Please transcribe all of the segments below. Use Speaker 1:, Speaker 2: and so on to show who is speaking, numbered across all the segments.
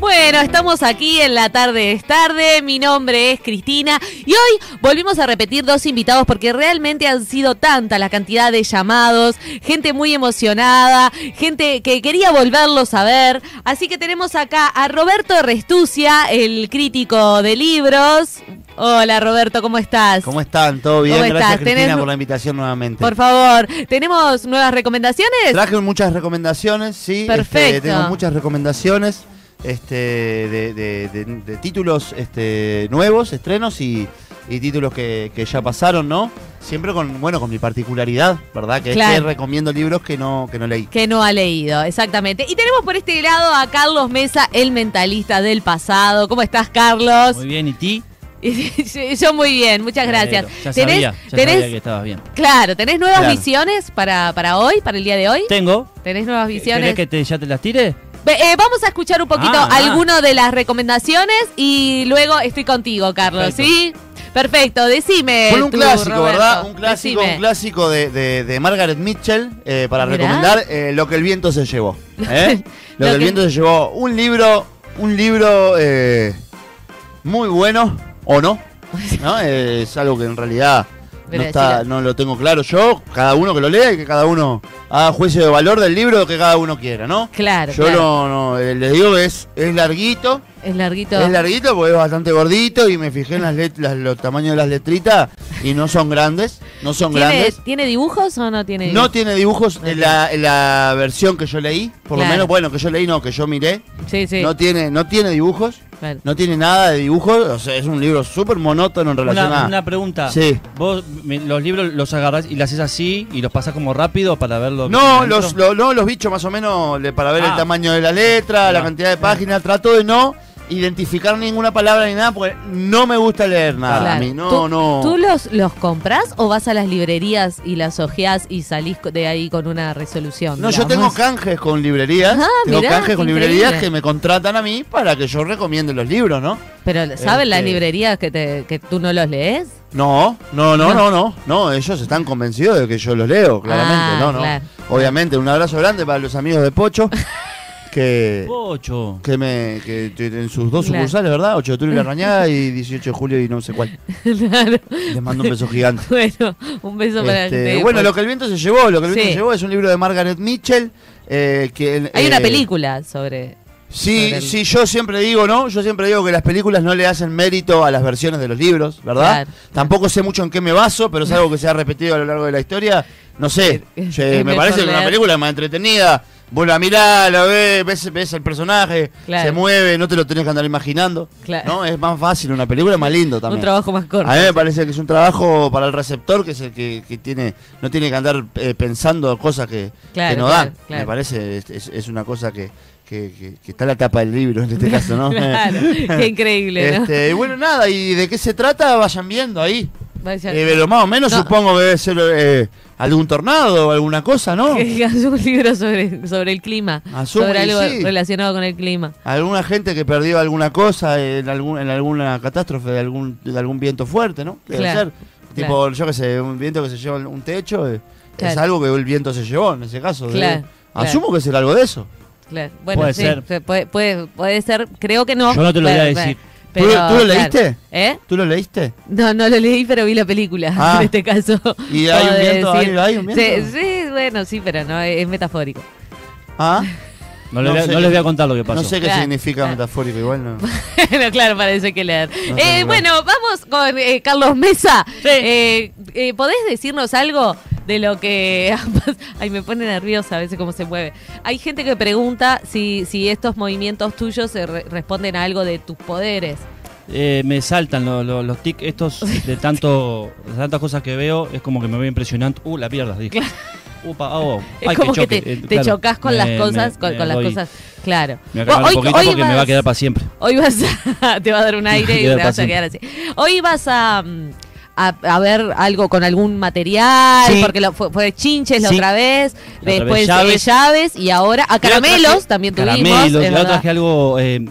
Speaker 1: Bueno, estamos aquí en la tarde es tarde. Mi nombre es Cristina y hoy volvimos a repetir dos invitados porque realmente han sido tanta la cantidad de llamados, gente muy emocionada, gente que quería volverlos a ver. Así que tenemos acá a Roberto Restucia, el crítico de libros. Hola Roberto, ¿cómo estás?
Speaker 2: ¿Cómo están? ¿Todo bien?
Speaker 1: ¿Cómo
Speaker 2: Gracias
Speaker 1: estás?
Speaker 2: Cristina
Speaker 1: ¿Tenés-
Speaker 2: por la invitación nuevamente.
Speaker 1: Por favor, ¿tenemos nuevas recomendaciones?
Speaker 2: Traje muchas recomendaciones, sí. este,
Speaker 1: Perfecto.
Speaker 2: tengo muchas recomendaciones este, de, de- de- de títulos este, nuevos, estrenos y, y títulos que, que ya pasaron, ¿no? Siempre con, bueno, con mi particularidad, ¿verdad? Que es
Speaker 1: Claro.
Speaker 2: que recomiendo libros que no, que no leí.
Speaker 1: Que no ha leído, exactamente. Y tenemos por este lado a Carlos Mesa, el mentalista del pasado. ¿Cómo estás, Carlos?
Speaker 3: Muy bien, ¿y ti?
Speaker 1: Yo muy bien, muchas
Speaker 3: Me
Speaker 1: gracias.
Speaker 3: alegro. Ya
Speaker 1: ¿Tenés-
Speaker 3: sabía, ya
Speaker 1: tenés-
Speaker 3: sabía que estabas bien.
Speaker 1: Claro, ¿tenés nuevas
Speaker 2: Claro.
Speaker 1: visiones para, para hoy, para el día de hoy?
Speaker 3: Tengo.
Speaker 1: ¿Tenés nuevas
Speaker 3: ¿Querés
Speaker 1: visiones?
Speaker 3: que te- ya te las tire?
Speaker 1: Ve- eh, vamos a escuchar un poquito
Speaker 3: Ah, ah.
Speaker 1: alguno de las recomendaciones y luego estoy contigo, Carlos,
Speaker 3: Perfecto.
Speaker 1: ¿sí? Perfecto, decime.
Speaker 2: Fue un
Speaker 1: Eh, tú,
Speaker 2: clásico,
Speaker 1: Roberto.
Speaker 2: ¿verdad? Un clásico,
Speaker 1: Decime.
Speaker 2: un clásico de, de- de Margaret Mitchell eh, para
Speaker 1: Mirá.
Speaker 2: recomendar eh, Lo que el viento se llevó. ¿eh?
Speaker 1: Lo que-
Speaker 2: Lo, que el viento se llevó. Un libro, un libro eh, muy bueno, o no. ¿no? Eh, es algo que en realidad no,
Speaker 1: Pero,
Speaker 2: está-
Speaker 1: chica.
Speaker 2: no lo tengo claro yo. Cada uno que lo lea y que cada uno haga juicio de valor del libro que cada uno quiera, ¿no?
Speaker 1: Claro,
Speaker 2: Yo
Speaker 1: claro.
Speaker 2: no, no, eh, les digo que es, es larguito.
Speaker 1: Es larguito.
Speaker 2: Es larguito porque es bastante gordito y me fijé en las let- las- los tamaños de las letritas y no son grandes, no son
Speaker 1: ¿Tiene, este.
Speaker 2: grandes.
Speaker 1: ¿Tiene dibujos o no tiene
Speaker 2: No
Speaker 1: dibujos?
Speaker 2: tiene dibujos en la, en la versión que yo leí, por
Speaker 1: Claro.
Speaker 2: lo menos, bueno, que yo leí no, que yo miré.
Speaker 1: sí, sí.
Speaker 2: No tiene no tiene dibujos,
Speaker 1: Claro.
Speaker 2: no tiene nada de dibujos, o sea, es un libro súper monótono en relación
Speaker 3: Una,
Speaker 2: a...
Speaker 3: una pregunta.
Speaker 2: Sí.
Speaker 3: ¿Vos me- los libros los agarrás y los haces así y los pasás como rápido para verlo?
Speaker 2: No, los, lo- no, los bichos más o menos le- para ver
Speaker 3: Ah.
Speaker 2: el tamaño de la letra, la
Speaker 1: Ah.
Speaker 3: Claro.
Speaker 2: cantidad de páginas. Trato de no identificar ninguna palabra ni nada porque no me gusta leer nada.
Speaker 1: Claro.
Speaker 2: A Ah, mí no,
Speaker 1: ¿Tú,
Speaker 2: no.
Speaker 1: ¿Tú los, los compras o vas a las librerías y las ojeás y salís co- de ahí con una resolución?
Speaker 2: No, yo tengo
Speaker 1: digamos?
Speaker 2: canjes con librerías.
Speaker 1: Ah,
Speaker 2: tengo
Speaker 1: mirá,
Speaker 2: canjes con
Speaker 1: qué
Speaker 2: librerías
Speaker 1: increíble.
Speaker 2: que me contratan a mí para que yo recomiende los libros, ¿no?
Speaker 1: Pero ¿saben las
Speaker 2: Este-
Speaker 1: librerías que, te, que tú no los lees?
Speaker 2: No, no, no,
Speaker 1: No.
Speaker 2: no, no, no, ellos están convencidos de que yo los leo, claramente,
Speaker 1: Ah,
Speaker 2: no, no.
Speaker 1: claro.
Speaker 2: Obviamente, un abrazo grande para los amigos de Pocho que,
Speaker 3: Pocho.
Speaker 2: que me que t- en sus dos
Speaker 1: Claro.
Speaker 2: sucursales, ¿verdad? 8 de octubre y La Rañada y 18 de julio y no sé cuál.
Speaker 1: Claro.
Speaker 2: Les mando un beso gigante.
Speaker 1: Bueno, un beso para el
Speaker 2: Este,
Speaker 1: de-
Speaker 2: bueno, lo que el viento se llevó, lo que el viento
Speaker 1: Sí.
Speaker 2: se llevó es un libro de Margaret Mitchell. eh, que,
Speaker 1: Hay una
Speaker 2: eh,
Speaker 1: película sobre...
Speaker 2: Sí,
Speaker 1: sobre el-
Speaker 2: sí, yo siempre digo, ¿no? Yo siempre digo que las películas no le hacen mérito a las versiones de los libros, ¿verdad?
Speaker 1: Claro.
Speaker 2: Tampoco sé mucho en qué me baso, pero es algo que se ha repetido a lo largo de la historia. No sé,
Speaker 1: Es-
Speaker 2: che,
Speaker 1: es
Speaker 2: me
Speaker 1: mejor
Speaker 2: parece que
Speaker 1: leer.
Speaker 2: una película es más entretenida. Vos la mirás, la ves, ves, ves el personaje,
Speaker 1: Claro.
Speaker 2: se mueve, no te lo tenés que andar imaginando.
Speaker 1: Claro.
Speaker 2: ¿no? Es más fácil una película, es más lindo también.
Speaker 1: Un trabajo más corto.
Speaker 2: A mí me parece que es un trabajo para el receptor, que es el que, que tiene, no tiene que andar eh, pensando cosas que,
Speaker 1: Claro,
Speaker 2: que no
Speaker 1: claro,
Speaker 2: dan.
Speaker 1: claro.
Speaker 2: Me parece, es, es- es una cosa que, que- que- que está en la tapa del libro en este caso, ¿no?
Speaker 1: Claro, qué increíble, ¿no?
Speaker 2: Este, y bueno, nada, y de qué se trata, vayan viendo ahí.
Speaker 1: Vaya-
Speaker 2: Eh, pero más o menos
Speaker 1: No.
Speaker 2: supongo que debe ser eh, algún tornado o alguna cosa, ¿no?
Speaker 1: que hagas un libro sobre, sobre el clima,
Speaker 2: Asumo
Speaker 1: sobre
Speaker 2: que
Speaker 1: algo
Speaker 2: sí.
Speaker 1: relacionado con el clima.
Speaker 2: Alguna gente que perdió alguna cosa en, algún, en alguna catástrofe de algún, de algún viento fuerte, ¿no? Debe
Speaker 1: Claro,
Speaker 2: ser. Tipo,
Speaker 1: claro.
Speaker 2: yo qué sé, un viento que se lleva un techo, eh, es
Speaker 1: Claro.
Speaker 2: algo que el viento se llevó en ese caso. debe-
Speaker 1: Claro, claro.
Speaker 2: Asumo que será algo de eso.
Speaker 1: Claro. Bueno,
Speaker 3: Puede
Speaker 1: sí,
Speaker 3: ser.
Speaker 1: se puede, puede- puede ser, creo que no.
Speaker 3: Yo no te lo voy a
Speaker 1: Pero-
Speaker 3: decir.
Speaker 1: pero-
Speaker 2: ¿Tú- tú lo
Speaker 1: claro.
Speaker 2: leíste?
Speaker 1: ¿Eh?
Speaker 2: ¿Tú lo leíste?
Speaker 1: No, no lo leí, pero vi la película
Speaker 2: Ah.
Speaker 1: en este caso.
Speaker 2: ¿Y hay un
Speaker 1: Puedo
Speaker 2: viento? ¿Hay-
Speaker 1: decir.
Speaker 2: hay un viento?
Speaker 1: Sí, sí, bueno, sí, pero no, es, es metafórico.
Speaker 2: Ah,
Speaker 3: No, le
Speaker 2: No
Speaker 3: voy a-
Speaker 2: sé.
Speaker 3: no les voy a contar lo que pasó.
Speaker 2: no sé qué
Speaker 1: Claro,
Speaker 2: significa
Speaker 1: claro.
Speaker 2: metafórico, igual no.
Speaker 1: bueno, claro, parece que leer.
Speaker 2: No,
Speaker 1: Eh,
Speaker 2: no, no.
Speaker 1: bueno, vamos con eh, Carlos Mesa.
Speaker 3: Sí.
Speaker 1: Eh, eh, ¿Podés decirnos algo de lo que... ha pas- Ay, me pone nerviosa a veces cómo se mueve. Hay gente que pregunta si, si estos movimientos tuyos se re- responden a algo de tus poderes.
Speaker 3: Eh, me saltan lo- lo- los tics estos de tanto de tantas cosas que veo. Es como que me veo impresionante. Uh, la pierdas, dije. Upa, ah, oh.
Speaker 1: Es
Speaker 3: Ay, qué
Speaker 1: como que
Speaker 3: choque.
Speaker 1: te,
Speaker 3: Eh,
Speaker 1: te
Speaker 3: claro.
Speaker 1: chocás con
Speaker 3: Me-
Speaker 1: las
Speaker 3: me-
Speaker 1: cosas, con,
Speaker 3: me
Speaker 1: con las
Speaker 3: doy-
Speaker 1: cosas, claro.
Speaker 3: Me voy a acabar un
Speaker 1: Bueno,
Speaker 3: poquito porque me va a
Speaker 1: vas-
Speaker 3: quedar para siempre.
Speaker 1: Hoy vas a, te va a dar un aire y
Speaker 3: Queda
Speaker 1: te vas a
Speaker 3: paciente.
Speaker 1: quedar así. Hoy vas a, mm, a, a ver algo con algún material,
Speaker 2: Sí.
Speaker 1: porque lo, fue, fue chinches la
Speaker 2: Sí.
Speaker 1: otra vez,
Speaker 3: La otra
Speaker 1: después
Speaker 3: vez
Speaker 1: eh, llaves.
Speaker 3: llaves.
Speaker 1: y ahora a caramelos también tuvimos. es
Speaker 3: Caramelos, yo
Speaker 1: verdad.
Speaker 3: traje algo eh,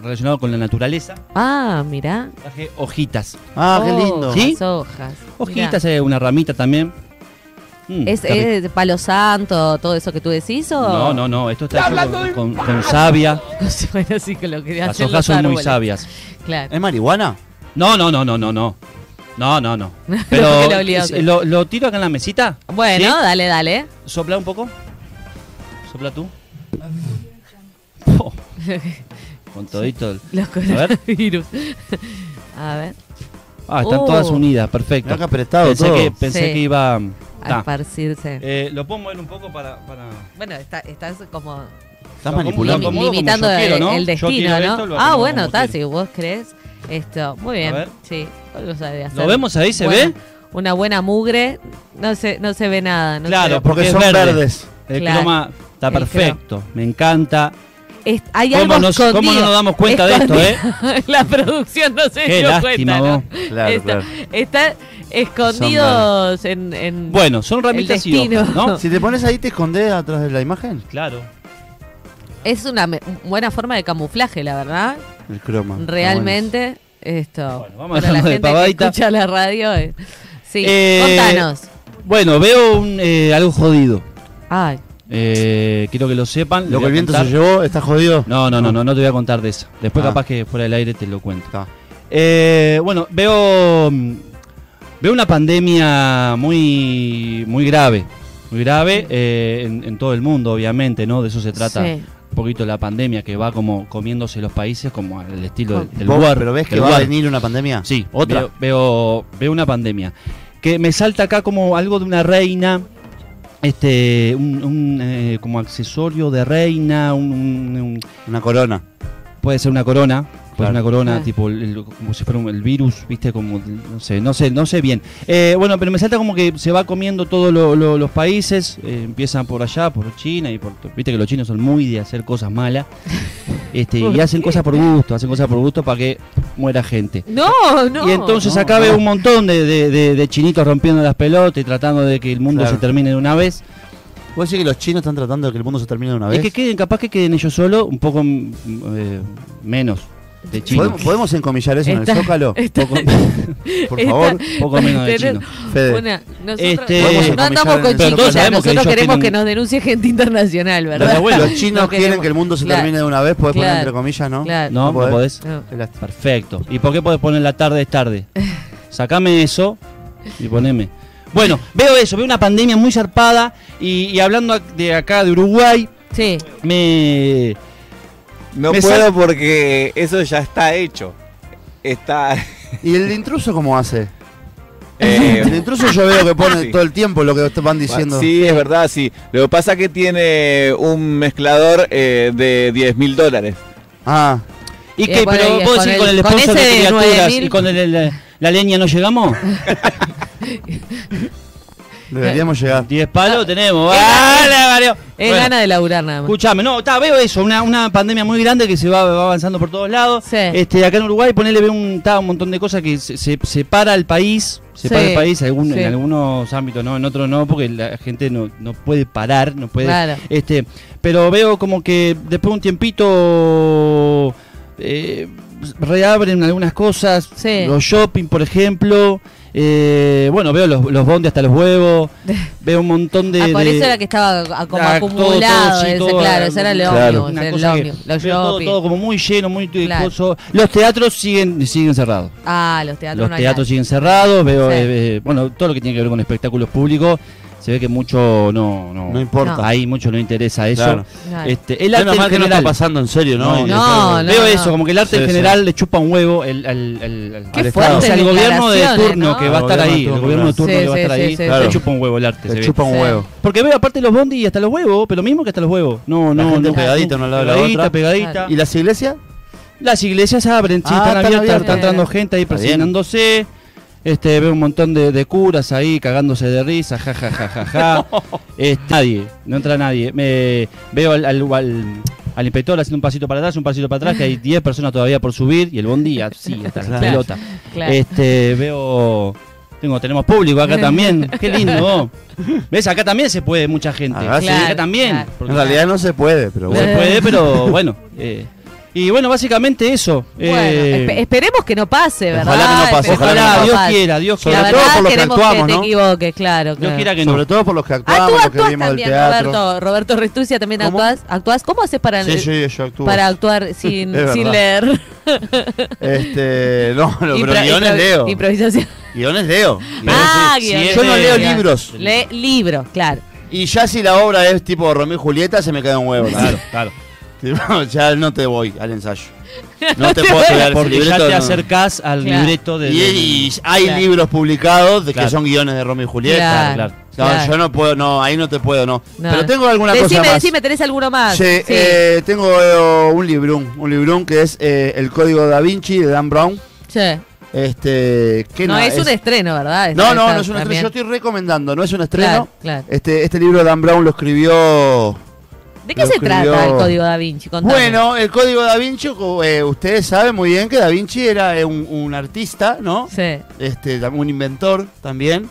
Speaker 3: relacionado con la naturaleza.
Speaker 1: Ah, mirá.
Speaker 3: Traje hojitas.
Speaker 2: Ah, qué
Speaker 1: Hojas,
Speaker 2: lindo.
Speaker 3: Sí.
Speaker 1: Hojas. mirá.
Speaker 3: Hojitas, eh, una ramita también. Mm,
Speaker 1: ¿Es,
Speaker 3: qué rico.
Speaker 1: es Palo Santo, todo eso que tú decís? O...
Speaker 3: No, no, no, esto está
Speaker 4: Está
Speaker 3: hecho con,
Speaker 4: hablando
Speaker 3: con, con savia.
Speaker 1: bueno, sí, que lo que
Speaker 3: Las
Speaker 1: hacen
Speaker 3: hojas
Speaker 1: los
Speaker 3: son muy
Speaker 1: árboles.
Speaker 3: sabias.
Speaker 1: Claro.
Speaker 2: ¿Es marihuana?
Speaker 3: No, no, no, no, no, no. No, no, no.
Speaker 1: No, porque
Speaker 3: Pero
Speaker 1: lo obligaste.
Speaker 3: es- lo, lo tiro acá en la mesita.
Speaker 1: Bueno,
Speaker 3: ¿sí?
Speaker 1: dale, dale.
Speaker 3: Sopla un poco. Sopla tú. Oh. Con todito. el-
Speaker 1: Los
Speaker 3: ver.
Speaker 1: coronavirus. A ver.
Speaker 3: Ah, están
Speaker 1: Oh.
Speaker 3: todas unidas, perfecto.
Speaker 2: Mirá que apretado
Speaker 3: pensé
Speaker 2: todo.
Speaker 3: que, pensé
Speaker 1: Sí.
Speaker 3: que iba.
Speaker 1: A
Speaker 3: Ta.
Speaker 1: esparcirse.
Speaker 3: Eh, lo puedo mover un poco para. para...
Speaker 1: bueno, está- estás como
Speaker 2: ¿Estás
Speaker 3: No,
Speaker 1: lim-
Speaker 2: manipulando?
Speaker 3: ¿cómo? acomodo como
Speaker 1: limitando
Speaker 3: yo
Speaker 1: el,
Speaker 3: quiero, ¿no?
Speaker 1: el
Speaker 3: Yo
Speaker 1: destino,
Speaker 3: quiero
Speaker 1: ¿no?
Speaker 3: esto, lo
Speaker 1: ah,
Speaker 3: acomodo
Speaker 1: bueno,
Speaker 3: como
Speaker 1: está, si
Speaker 3: quiero.
Speaker 1: vos crees esto. Muy bien.
Speaker 3: ver.
Speaker 1: Sí, vos lo sabés hacer.
Speaker 3: ¿Lo vemos ahí? ¿Se
Speaker 1: Bueno,
Speaker 3: ve?
Speaker 1: Una buena mugre. No se, no se ve nada. no
Speaker 3: Claro,
Speaker 1: se-
Speaker 2: Porque
Speaker 3: porque es
Speaker 2: son
Speaker 3: verde.
Speaker 2: verdes.
Speaker 3: El
Speaker 1: Claro.
Speaker 3: croma está
Speaker 1: El
Speaker 3: perfecto. Me encanta.
Speaker 1: Es- hay
Speaker 3: ¿Cómo
Speaker 1: algo
Speaker 3: nos- cómo
Speaker 1: escondido.
Speaker 3: no nos damos cuenta de esto, eh?
Speaker 1: Escondido. La producción no se
Speaker 3: Qué
Speaker 1: dio cuenta.
Speaker 3: lástima,
Speaker 1: ¿no?
Speaker 3: vos.
Speaker 2: Claro,
Speaker 1: está,
Speaker 2: claro.
Speaker 1: está escondidos en, en-
Speaker 3: Bueno, son ramitas y
Speaker 1: destino.
Speaker 3: hojas, ¿no?
Speaker 2: Si te pones ahí, te escondes atrás de la imagen.
Speaker 3: Claro.
Speaker 1: Es una me- buena forma de camuflaje, la verdad.
Speaker 2: El croma. Está
Speaker 1: Realmente, esto.
Speaker 3: Bueno, vamos
Speaker 1: para la
Speaker 3: hablando de
Speaker 1: gente que
Speaker 3: pavadita.
Speaker 1: escucha la radio. eh. Sí,
Speaker 3: Eh,
Speaker 1: contanos.
Speaker 3: Bueno, veo un, eh, algo jodido.
Speaker 1: Ay,
Speaker 3: Eh, quiero que lo sepan.
Speaker 2: bueno. Lo
Speaker 3: Les
Speaker 2: que el
Speaker 3: voy a
Speaker 2: viento se
Speaker 3: contar-
Speaker 2: llevó, está jodido.
Speaker 3: No, no, no, no, no te voy a contar de eso. Después
Speaker 2: Ah.
Speaker 3: capaz que fuera del aire te lo cuento.
Speaker 2: Está.
Speaker 3: Ah. Eh, bueno, veo mm, veo una pandemia muy muy grave, muy grave eh, en, en todo el mundo, obviamente, ¿no? De eso se trata
Speaker 1: Sí.
Speaker 3: un poquito la pandemia que va como comiéndose los países como el estilo del, del
Speaker 2: Vos,
Speaker 3: war,
Speaker 2: pero ves que
Speaker 3: del
Speaker 2: va a
Speaker 3: war.
Speaker 2: venir una pandemia.
Speaker 3: Sí,
Speaker 2: Otra.
Speaker 3: Veo, veo, veo una pandemia. Que me salta acá como algo de una reina, este, un, un, eh, como accesorio de reina, un- un- un
Speaker 2: Una corona.
Speaker 3: Puede ser una corona, puede
Speaker 2: Claro.
Speaker 3: ser una corona,
Speaker 1: Ah.
Speaker 3: tipo el- el- como si fuera un- el virus, viste, como no sé, no sé, no sé bien. Eh, bueno, pero me salta como que se va comiendo todos lo- lo- los países, eh, empiezan por allá, por China y por, to- viste que los chinos son muy de hacer cosas malas, este, y hacen cosas por gusto, hacen cosas por gusto para que muera gente.
Speaker 1: No, no.
Speaker 3: Y entonces
Speaker 2: No,
Speaker 3: acá veo
Speaker 2: no.
Speaker 3: un montón de, de- de- de chinitos rompiendo las pelotas y tratando de que el mundo
Speaker 2: Claro.
Speaker 3: se termine de una vez.
Speaker 2: ¿Vos decís que los chinos están tratando de que el mundo se termine de una
Speaker 3: Es
Speaker 2: vez?
Speaker 3: que queden, capaz que queden ellos solos, un poco mm, eh, menos de chinos.
Speaker 2: ¿Podemos, podemos encomillar eso en
Speaker 1: Está-
Speaker 2: el Zócalo?
Speaker 1: está-
Speaker 2: Poco- por
Speaker 1: está-
Speaker 2: favor,
Speaker 3: poco menos de
Speaker 1: Tener
Speaker 3: chino.
Speaker 2: Fede.
Speaker 1: una- nosotros
Speaker 3: Este-
Speaker 2: Podemos
Speaker 1: no andamos
Speaker 2: economizar
Speaker 1: con
Speaker 2: en el
Speaker 1: chicos,
Speaker 2: Zócalo.
Speaker 1: ya,
Speaker 3: Sabemos que
Speaker 1: nosotros
Speaker 3: ellos
Speaker 1: queremos
Speaker 3: tienen-
Speaker 1: que nos denuncie gente internacional, ¿verdad?
Speaker 3: Los abuelos.
Speaker 2: Los chinos
Speaker 1: No
Speaker 2: quieren
Speaker 1: queremos.
Speaker 2: que el mundo se
Speaker 1: Claro.
Speaker 2: termine de una vez, podés poner
Speaker 1: Claro.
Speaker 2: entre comillas, ¿no?
Speaker 1: Claro.
Speaker 3: No,
Speaker 2: No
Speaker 3: no
Speaker 2: podés.
Speaker 3: podés.
Speaker 1: Ah, No.
Speaker 2: Qué lástima.
Speaker 3: Perfecto. ¿Y por qué podés poner la tarde es tarde? Sacame eso y poneme. Bueno, veo eso, veo una pandemia muy zarpada y, y hablando ac- de acá de Uruguay,
Speaker 1: Sí.
Speaker 3: me...
Speaker 4: No
Speaker 3: Me
Speaker 4: puedo
Speaker 3: sal-
Speaker 4: porque eso ya está hecho. Está.
Speaker 2: ¿Y el intruso cómo hace?
Speaker 4: eh,
Speaker 2: El intruso yo veo que pone
Speaker 4: Sí.
Speaker 2: todo el tiempo lo que te van diciendo.
Speaker 4: Sí, es verdad, sí. Lo que pasa es que tiene un mezclador eh, de 10 mil dólares.
Speaker 2: Ah,
Speaker 3: ¿Y
Speaker 1: Y
Speaker 3: qué?
Speaker 1: bueno,
Speaker 3: ¿Pero
Speaker 1: y
Speaker 3: vos
Speaker 1: con
Speaker 3: decís
Speaker 1: el-
Speaker 3: con el
Speaker 1: con
Speaker 3: esposo
Speaker 1: ese
Speaker 3: de
Speaker 1: de
Speaker 3: criaturas
Speaker 1: 9000?
Speaker 3: y con el- el- la leña no llegamos?
Speaker 2: deberíamos
Speaker 1: Eh,
Speaker 2: llegar.
Speaker 3: 10 palos tenemos.
Speaker 1: Es gana-
Speaker 3: ¡Ah, la varió!
Speaker 1: Es
Speaker 3: Bueno,
Speaker 1: gana de laburar nada más.
Speaker 3: Escuchame, no, ta, veo eso, una, una pandemia muy grande que se va, va avanzando por todos lados.
Speaker 1: Sí.
Speaker 3: Este, acá en Uruguay, ponele veo un, ta, un montón de cosas que se, se separa el país, separa
Speaker 1: Sí,
Speaker 3: el país algún-
Speaker 1: sí.
Speaker 3: en algunos ámbitos, no, en otros no, porque la gente no, no puede parar, no puede.
Speaker 1: Claro.
Speaker 3: Este, pero veo como que después de un tiempito eh, reabren algunas cosas,
Speaker 1: Sí.
Speaker 3: los shopping, por ejemplo. eh, bueno, veo los, los bondes hasta los huevos, veo un montón de...
Speaker 1: ah, por
Speaker 3: de-
Speaker 1: eso era que estaba a- como
Speaker 3: Ah, todo,
Speaker 1: acumulado.
Speaker 3: todo, sí,
Speaker 1: ese,
Speaker 3: todo, eh,
Speaker 1: claro, ese era el
Speaker 2: claro.
Speaker 1: ómnibus,
Speaker 3: una
Speaker 1: el
Speaker 3: cosa que
Speaker 1: ómnibus, los
Speaker 3: veo todo,
Speaker 1: shopping.
Speaker 3: todo como muy lleno, muy tu-
Speaker 1: Claro.
Speaker 3: coso. Los teatros siguen siguen cerrados.
Speaker 1: Ah, los teatros
Speaker 3: Los
Speaker 1: no hay
Speaker 3: teatros
Speaker 1: nada.
Speaker 3: siguen cerrados, veo
Speaker 1: Sí.
Speaker 3: eh, eh, bueno, todo lo que tiene que ver con espectáculos públicos, se ve que mucho no no,
Speaker 2: No importa.
Speaker 1: No.
Speaker 3: ahí mucho no interesa eso.
Speaker 2: Claro.
Speaker 1: Claro.
Speaker 3: Este, el arte
Speaker 2: Menos
Speaker 3: en
Speaker 2: mal que no está
Speaker 3: general.
Speaker 2: pasando en serio, ¿no?
Speaker 3: No,
Speaker 1: no, no.
Speaker 3: veo eso, como que el
Speaker 2: Sí,
Speaker 3: arte en
Speaker 2: sí.
Speaker 3: general le chupa un huevo el, al- al- al-
Speaker 1: Qué
Speaker 3: al
Speaker 2: fuertes
Speaker 3: o sea, al gobierno de
Speaker 1: declaraciones,
Speaker 3: turno
Speaker 1: ¿no?
Speaker 3: que va a
Speaker 2: Al
Speaker 3: estar
Speaker 2: gobierno de
Speaker 3: ahí, el
Speaker 2: turno,
Speaker 3: gobierno de
Speaker 2: claro.
Speaker 3: turno
Speaker 1: Sí,
Speaker 3: que va a
Speaker 1: sí,
Speaker 3: estar
Speaker 1: sí,
Speaker 3: ahí,
Speaker 1: sí,
Speaker 2: sí.
Speaker 3: le chupa un huevo el arte.
Speaker 2: Te
Speaker 3: se ve.
Speaker 2: chupa un
Speaker 1: Sí.
Speaker 2: huevo.
Speaker 3: Porque veo aparte los bondis y hasta los huevos, pero lo mismo que hasta los huevos. No,
Speaker 2: La
Speaker 3: no,
Speaker 2: gente
Speaker 3: no.
Speaker 2: pegadita una al lado de la
Speaker 3: Pegadita,
Speaker 2: otra.
Speaker 3: pegadita.
Speaker 1: Claro.
Speaker 2: ¿Y las iglesias?
Speaker 3: Las iglesias abren, sí,
Speaker 2: Ah,
Speaker 3: están,
Speaker 2: están
Speaker 3: abiertas,
Speaker 2: abiertas.
Speaker 3: está entrando gente ahí
Speaker 2: Está bien.
Speaker 3: presionándose. Este, veo un montón de, de curas ahí cagándose de risa, ja, ja, ja, ja, ja. Este, nadie, no entra nadie. Me, veo al, al, al- al inspector haciendo un pasito para atrás, un pasito para atrás, que hay 10 personas todavía por subir y el bondi así, hasta la
Speaker 2: Claro.
Speaker 3: pelota.
Speaker 1: Claro.
Speaker 3: Este, veo... Tengo, tenemos público acá también. Qué lindo. vos. ¿Ves? Acá también se puede mucha gente.
Speaker 2: Ah, sí.
Speaker 3: Acá también.
Speaker 1: Claro,
Speaker 3: porque
Speaker 2: En realidad no se puede, pero
Speaker 3: no se
Speaker 2: bueno.
Speaker 3: puede, pero bueno. eh, Y bueno, básicamente eso.
Speaker 1: Bueno,
Speaker 3: Eh,
Speaker 1: espe- esperemos que no pase, ¿verdad?
Speaker 2: Ojalá que no pase,
Speaker 1: Esperemos
Speaker 2: ojalá
Speaker 1: que no
Speaker 2: Dios
Speaker 1: pase.
Speaker 3: quiera, Dios
Speaker 1: La
Speaker 2: quiera. Sobre todo
Speaker 1: verdad
Speaker 2: por lo que
Speaker 1: queremos que
Speaker 2: actuamos,
Speaker 1: te
Speaker 2: ¿no?
Speaker 1: equivoques, claro.
Speaker 3: Dios
Speaker 1: claro.
Speaker 3: quiera que
Speaker 2: Sobre
Speaker 3: no.
Speaker 2: todo por los que
Speaker 1: Ah,
Speaker 2: actuamos,
Speaker 1: tú
Speaker 2: los que
Speaker 1: actúas
Speaker 2: vivimos del
Speaker 1: también,
Speaker 2: teatro.
Speaker 1: Roberto. Roberto Restucia también
Speaker 2: ¿Cómo?
Speaker 1: actúas. ¿Actúas? ¿Cómo haces para,
Speaker 2: Sí, sí, yo actúo.
Speaker 1: Eh, para actuar sin,
Speaker 2: Es
Speaker 1: sin
Speaker 2: verdad.
Speaker 1: leer?
Speaker 2: Este, no, no, pero
Speaker 1: Impro-
Speaker 2: guiones
Speaker 1: impro-
Speaker 2: leo.
Speaker 1: Improvisación.
Speaker 2: Guiones leo.
Speaker 1: Ah,
Speaker 2: Sí,
Speaker 1: guiones.
Speaker 2: Yo no leo
Speaker 1: Guiones.
Speaker 2: libros.
Speaker 1: Lee libros, claro.
Speaker 2: Y ya si la obra es tipo Romeo y Julieta, se me cae un huevo.
Speaker 3: Claro,
Speaker 2: Claro.
Speaker 3: claro.
Speaker 2: Tipo, ya no te voy al ensayo. No, te
Speaker 1: te
Speaker 2: puedo
Speaker 1: voy.
Speaker 2: estudiar ese
Speaker 3: Porque ya
Speaker 2: libreto,
Speaker 3: te
Speaker 2: no.
Speaker 3: acercás al
Speaker 1: Claro.
Speaker 3: libreto de.
Speaker 2: Y, y hay
Speaker 1: Claro.
Speaker 2: libros publicados de
Speaker 3: Claro.
Speaker 2: que son guiones de Romeo y Julieta.
Speaker 1: Claro,
Speaker 3: claro.
Speaker 2: No,
Speaker 1: claro.
Speaker 2: yo no puedo, no, ahí no te puedo, no.
Speaker 1: No.
Speaker 2: Pero tengo alguna
Speaker 1: decime,
Speaker 2: cosa más.
Speaker 1: decime, ¿tenés alguno más?
Speaker 2: Sí, eh, tengo eh, un librón, un librón que es eh, El Código da Vinci de Dan Brown.
Speaker 1: Che.
Speaker 2: Este, que
Speaker 1: No,
Speaker 2: nada,
Speaker 1: es, un estreno, ¿verdad?
Speaker 2: No, no,
Speaker 1: Está-
Speaker 2: no es un estreno.
Speaker 1: también.
Speaker 2: Yo estoy recomendando, no es un
Speaker 1: Claro,
Speaker 2: estreno.
Speaker 1: claro.
Speaker 2: Este, este libro de Dan Brown lo escribió
Speaker 1: ¿De qué
Speaker 2: Lo
Speaker 1: se trata el
Speaker 2: escribió-
Speaker 1: Código da Vinci? Contame.
Speaker 2: Bueno, el código da Vinci, co- eh, ustedes saben muy bien que da Vinci era eh, un, un artista, ¿no?
Speaker 1: Sí.
Speaker 2: Este, tam- un inventor también.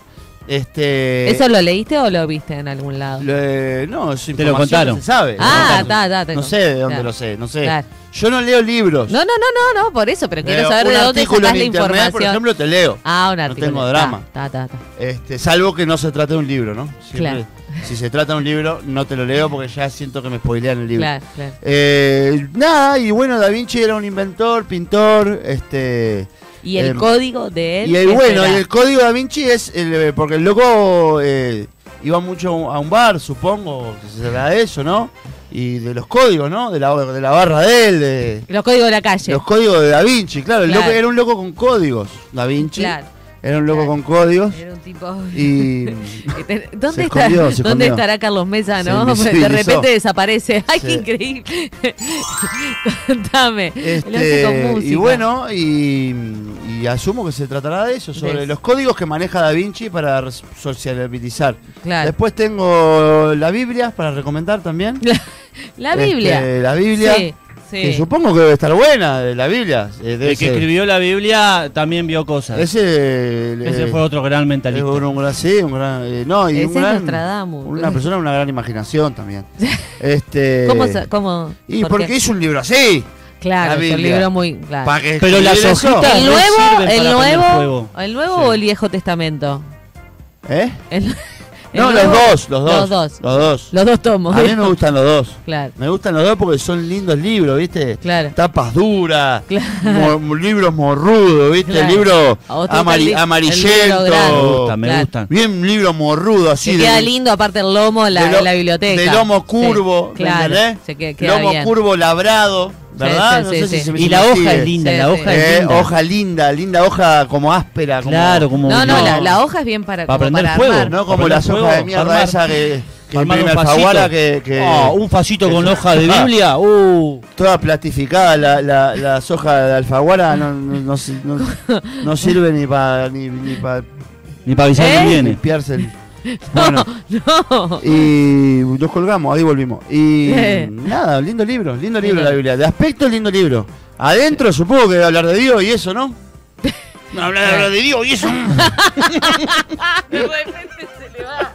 Speaker 2: Este,
Speaker 1: ¿Eso lo leíste o lo viste en algún lado?
Speaker 2: lo, eh, no, es
Speaker 3: lo
Speaker 2: información
Speaker 3: contaron.
Speaker 2: que se sabe.
Speaker 1: Ah,
Speaker 2: No,
Speaker 1: ta, ta, ta,
Speaker 2: No sé de dónde
Speaker 1: claro.
Speaker 2: lo sé, no sé.
Speaker 1: Claro.
Speaker 2: Yo no leo libros.
Speaker 1: No, no, no, no, no, por eso, pero quiero
Speaker 2: Pero
Speaker 1: saber
Speaker 2: un
Speaker 1: de dónde
Speaker 2: artículo
Speaker 1: sacás
Speaker 2: en
Speaker 1: la
Speaker 2: internet,
Speaker 1: información.
Speaker 2: Por ejemplo, te leo.
Speaker 1: ah, un
Speaker 2: no
Speaker 1: artículo.
Speaker 2: tengo
Speaker 1: Ta,
Speaker 2: drama.
Speaker 1: Ta, ta, ta.
Speaker 2: Este, salvo que no se trate de un libro, ¿no?
Speaker 1: Claro.
Speaker 2: Si se trata de un libro, no te lo leo porque ya siento que me spoilean el libro.
Speaker 1: Claro, claro.
Speaker 2: Eh, nada, y bueno, Da Vinci era un inventor, pintor, este...
Speaker 1: Y el
Speaker 2: Em,
Speaker 1: código de él.
Speaker 2: Y el,
Speaker 1: ¿qué
Speaker 2: bueno,
Speaker 1: será?
Speaker 2: y el código Da Vinci es, el, eh, porque el loco eh, iba mucho a un bar, supongo, que será eso, ¿no? Y de los códigos, ¿no? De la, de la barra de él, de...
Speaker 1: Los códigos de la calle.
Speaker 2: Los códigos de Da Vinci, claro, el
Speaker 1: Claro.
Speaker 2: loco era un loco con códigos, Da Vinci.
Speaker 1: Claro.
Speaker 2: Era un loco
Speaker 1: Claro.
Speaker 2: con códigos.
Speaker 1: Era un tipo.
Speaker 2: Y
Speaker 1: Este, ¿Dónde, está-
Speaker 2: Se escondió, se
Speaker 1: ¿Dónde
Speaker 2: escondió.
Speaker 1: estará Carlos Mesa,
Speaker 2: Se
Speaker 1: no? de
Speaker 2: invisibilizó.
Speaker 1: repente desaparece. ¡Ay, qué
Speaker 2: Sí.
Speaker 1: increíble! Contame. Lo hace con
Speaker 2: este, y
Speaker 1: música.
Speaker 2: bueno, y, y asumo que se tratará de eso, sobre
Speaker 1: De-
Speaker 2: los códigos que maneja Da Vinci para res- sociabilizar.
Speaker 1: Claro.
Speaker 2: Después tengo la Biblia para recomendar también.
Speaker 1: La, la Biblia.
Speaker 2: Este, la Biblia.
Speaker 1: Sí, sí.
Speaker 2: Que supongo que debe estar buena, eh, la Biblia. eh, debe
Speaker 3: El que
Speaker 2: ser.
Speaker 3: escribió la Biblia también vio cosas. Ese,
Speaker 2: Ese, eh,
Speaker 3: fue otro gran
Speaker 2: es
Speaker 3: mentalista.
Speaker 2: un, un gran, sí, un gran, eh, no, y
Speaker 1: Ese
Speaker 2: un
Speaker 1: es
Speaker 2: gran-
Speaker 1: Nostradamus.
Speaker 2: una persona con una gran imaginación también. este,
Speaker 1: ¿Cómo? sa- cómo
Speaker 2: y
Speaker 1: por
Speaker 2: porque
Speaker 1: qué?
Speaker 2: hizo un libro así.
Speaker 1: Claro,
Speaker 2: la
Speaker 1: es un
Speaker 2: Biblia.
Speaker 1: libro muy. claro.
Speaker 2: para que
Speaker 3: Pero las
Speaker 2: escribir eso.
Speaker 3: hojitas-
Speaker 1: ¿El
Speaker 3: no
Speaker 1: nuevo,
Speaker 3: sirven
Speaker 1: el
Speaker 3: para prender
Speaker 1: nuevo,
Speaker 3: fuego.
Speaker 1: el nuevo
Speaker 3: Sí.
Speaker 1: o el viejo testamento?
Speaker 2: ¿Eh?
Speaker 1: El- el
Speaker 2: No, los
Speaker 1: nuevo-
Speaker 2: dos, los dos.
Speaker 1: Los dos.
Speaker 2: Los dos.
Speaker 1: Los dos tomos.
Speaker 2: A mí me gustan los dos.
Speaker 1: Claro,
Speaker 2: Me gustan los dos porque son lindos libros, ¿viste?
Speaker 1: Claro.
Speaker 2: Tapas duras,
Speaker 1: Claro.
Speaker 2: mo- libros morrudos, ¿viste?
Speaker 1: Claro.
Speaker 2: Libro
Speaker 1: A vos te gusta
Speaker 2: amari-
Speaker 1: el li- el libro grande.
Speaker 2: amarillento.
Speaker 3: me gusta, me
Speaker 1: Claro.
Speaker 3: gusta.
Speaker 2: Bien libro morrudo, así.
Speaker 1: se
Speaker 2: de-
Speaker 1: queda lindo aparte el lomo la,
Speaker 2: de lo-
Speaker 1: la biblioteca.
Speaker 2: De lomo curvo,
Speaker 1: Sí, claro.
Speaker 2: ¿entendés?
Speaker 1: Se que- queda
Speaker 2: lomo
Speaker 1: bien.
Speaker 2: curvo labrado, ¿verdad?
Speaker 1: sí,
Speaker 2: no
Speaker 1: sí,
Speaker 2: sé
Speaker 1: sí.
Speaker 2: si se me
Speaker 3: Y la
Speaker 2: se me
Speaker 3: hoja
Speaker 2: sigue.
Speaker 3: es linda,
Speaker 1: Sí,
Speaker 3: la
Speaker 1: sí.
Speaker 3: hoja
Speaker 2: Eh,
Speaker 3: es linda.
Speaker 2: hoja linda, linda hoja como áspera. como-
Speaker 3: claro, como
Speaker 1: No, no,
Speaker 2: No.
Speaker 1: la, la hoja es bien para,
Speaker 3: Para
Speaker 1: como
Speaker 3: prender
Speaker 1: para
Speaker 3: fuego,
Speaker 1: armar.
Speaker 2: No
Speaker 3: Para
Speaker 2: como las
Speaker 3: prender
Speaker 2: hojas de
Speaker 3: fuego,
Speaker 2: mierda
Speaker 3: armar-
Speaker 2: esa que, que
Speaker 3: armar
Speaker 2: imprime
Speaker 3: un pasito.
Speaker 2: Alfaguara que... que-
Speaker 1: Ah,
Speaker 3: Oh, un facito con
Speaker 2: que-
Speaker 3: hoja de
Speaker 2: Ah.
Speaker 3: Biblia. Uh.
Speaker 2: Toda plastificada la, la, la soja de alfaguara no, no, no si- no- no sirve ni para ni, ni pa
Speaker 3: Ni para avisar
Speaker 1: ¿Eh?
Speaker 3: que viene.
Speaker 2: limpiarse. el-
Speaker 1: No,
Speaker 2: Bueno,
Speaker 1: no.
Speaker 2: y nos colgamos, ahí volvimos. Y
Speaker 1: Eh.
Speaker 2: nada, lindo libro, lindo libro
Speaker 1: Lindo.
Speaker 2: la Biblia. De aspecto, lindo libro. Adentro supongo que debe hablar de Dios y eso, ¿no? Hablar, hablar de Dios y eso.
Speaker 1: De repente se le va.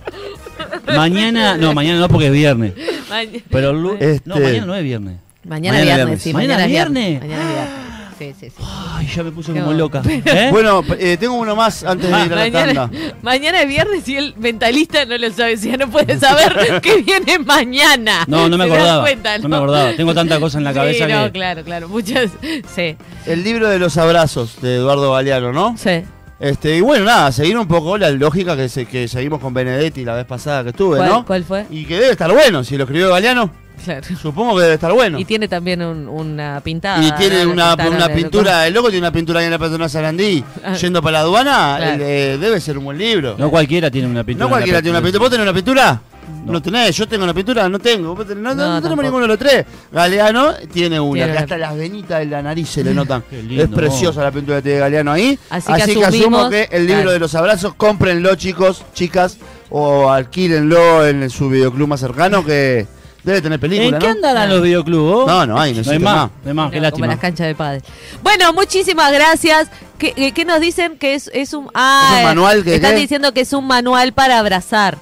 Speaker 3: Mañana, no, mañana no porque es viernes.
Speaker 1: Maña-
Speaker 3: Pero el lu-
Speaker 2: Este-
Speaker 3: no, mañana no es viernes.
Speaker 1: Mañana,
Speaker 3: Mañana
Speaker 1: viernes,
Speaker 3: viernes.
Speaker 1: sí,
Speaker 3: Mañana
Speaker 1: mañana es
Speaker 3: viernes.
Speaker 1: Mañana es viernes. Sí, sí, sí.
Speaker 3: Ay, ya me puse
Speaker 1: Qué
Speaker 3: como
Speaker 1: bueno.
Speaker 3: loca. ¿Eh?
Speaker 2: Bueno, eh, tengo uno más antes de ir a la
Speaker 1: Ah, Mañana,
Speaker 2: tanda.
Speaker 1: mañana es viernes y el mentalista no lo sabe, si ya no puede saber que viene mañana.
Speaker 3: no, no me
Speaker 1: ¿Se dan
Speaker 3: acordaba.
Speaker 1: cuenta,
Speaker 3: no? me acordaba. Tengo tanta cosa en la cabeza
Speaker 1: sí, no,
Speaker 3: que.
Speaker 1: claro, claro, muchas, sí,
Speaker 2: El libro de los abrazos de Eduardo Galeano, ¿no?
Speaker 1: sí.
Speaker 2: Este, y bueno, nada, seguir un poco la lógica que, se- que seguimos con Benedetti la vez pasada que estuve,
Speaker 1: ¿Cuál,
Speaker 2: ¿no?
Speaker 1: cuál fue?
Speaker 2: Y que debe estar bueno, si lo escribió Galeano,
Speaker 1: Claro.
Speaker 2: supongo que debe estar bueno.
Speaker 1: Y tiene también un- una pintada.
Speaker 2: Y tiene
Speaker 1: ¿no?
Speaker 2: una,
Speaker 1: Está, no,
Speaker 2: una
Speaker 1: no,
Speaker 2: pintura, el loco tiene una pintura ahí en la Patrona Sarandí,
Speaker 1: Ah.
Speaker 2: yendo para la aduana,
Speaker 1: Claro.
Speaker 2: el, eh, debe ser un buen libro.
Speaker 3: No cualquiera tiene una pintura.
Speaker 2: No
Speaker 3: en la
Speaker 2: cualquiera tiene una pintura.
Speaker 3: cabeza.
Speaker 2: ¿Vos tenés una pintura?
Speaker 3: No.
Speaker 2: No. tenés, yo tengo una pintura, no tengo. Vos tenés-
Speaker 1: No,
Speaker 2: no, no- no tenemos
Speaker 1: tampoco.
Speaker 2: ninguno de los tres. Galeano tiene una,
Speaker 1: Tiene
Speaker 2: que
Speaker 1: una- Mm.
Speaker 2: hasta las venitas de la nariz se le notan.
Speaker 3: Qué lindo,
Speaker 2: es preciosa la pintura que tiene Galeano ahí.
Speaker 1: Así
Speaker 2: Así
Speaker 1: que
Speaker 2: que,
Speaker 1: asumimos-
Speaker 2: asumo que el libro
Speaker 1: claro.
Speaker 2: de los abrazos, cómprenlo, chicos, chicas, o alquírenlo en su videoclub más cercano que debe tener película,
Speaker 3: ¿En qué
Speaker 2: ¿no?
Speaker 3: andarán los videoclubs? vos?
Speaker 2: No, no hay,
Speaker 3: No hay
Speaker 2: necesito
Speaker 3: más, no hay más,
Speaker 1: No,
Speaker 3: qué
Speaker 1: como las
Speaker 3: lástima.
Speaker 1: canchas de pádel. Bueno, muchísimas gracias. ¿Qué, eh, qué- qué nos dicen que es, es un... Ah,
Speaker 2: ¿Es un manual que
Speaker 1: Están
Speaker 2: qué?
Speaker 1: diciendo que es un manual para abrazar.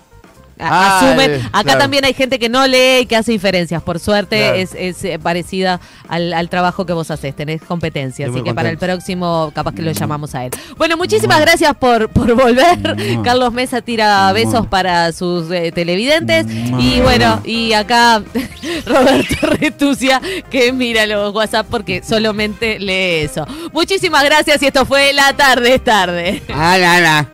Speaker 1: a-
Speaker 2: Ah,
Speaker 1: asumen.
Speaker 2: eh,
Speaker 1: Acá
Speaker 2: claro.
Speaker 1: también hay gente que no lee y que hace diferencias. Por suerte
Speaker 2: Claro.
Speaker 1: es, es, eh, parecida al, al trabajo que vos haces, tenés competencia.
Speaker 2: Estoy
Speaker 1: Así
Speaker 2: muy
Speaker 1: que para el
Speaker 2: contento.
Speaker 1: próximo capaz que lo llamamos a él. Bueno, muchísimas gracias por, por volver.
Speaker 3: Mua.
Speaker 1: Carlos Mesa tira besos
Speaker 3: Mua.
Speaker 1: para sus eh, televidentes.
Speaker 3: Mua.
Speaker 1: Y bueno, y acá Roberto Retucia que mira los WhatsApp porque solamente lee eso. Muchísimas gracias y esto fue La Tarde es Tarde.
Speaker 2: Ah, la, la.